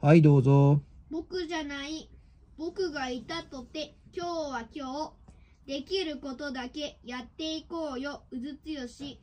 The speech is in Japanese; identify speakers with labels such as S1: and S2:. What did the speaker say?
S1: はい、どうぞ。
S2: 僕じゃない僕がいたとて今日は今日できることだけやっていこうようずつよし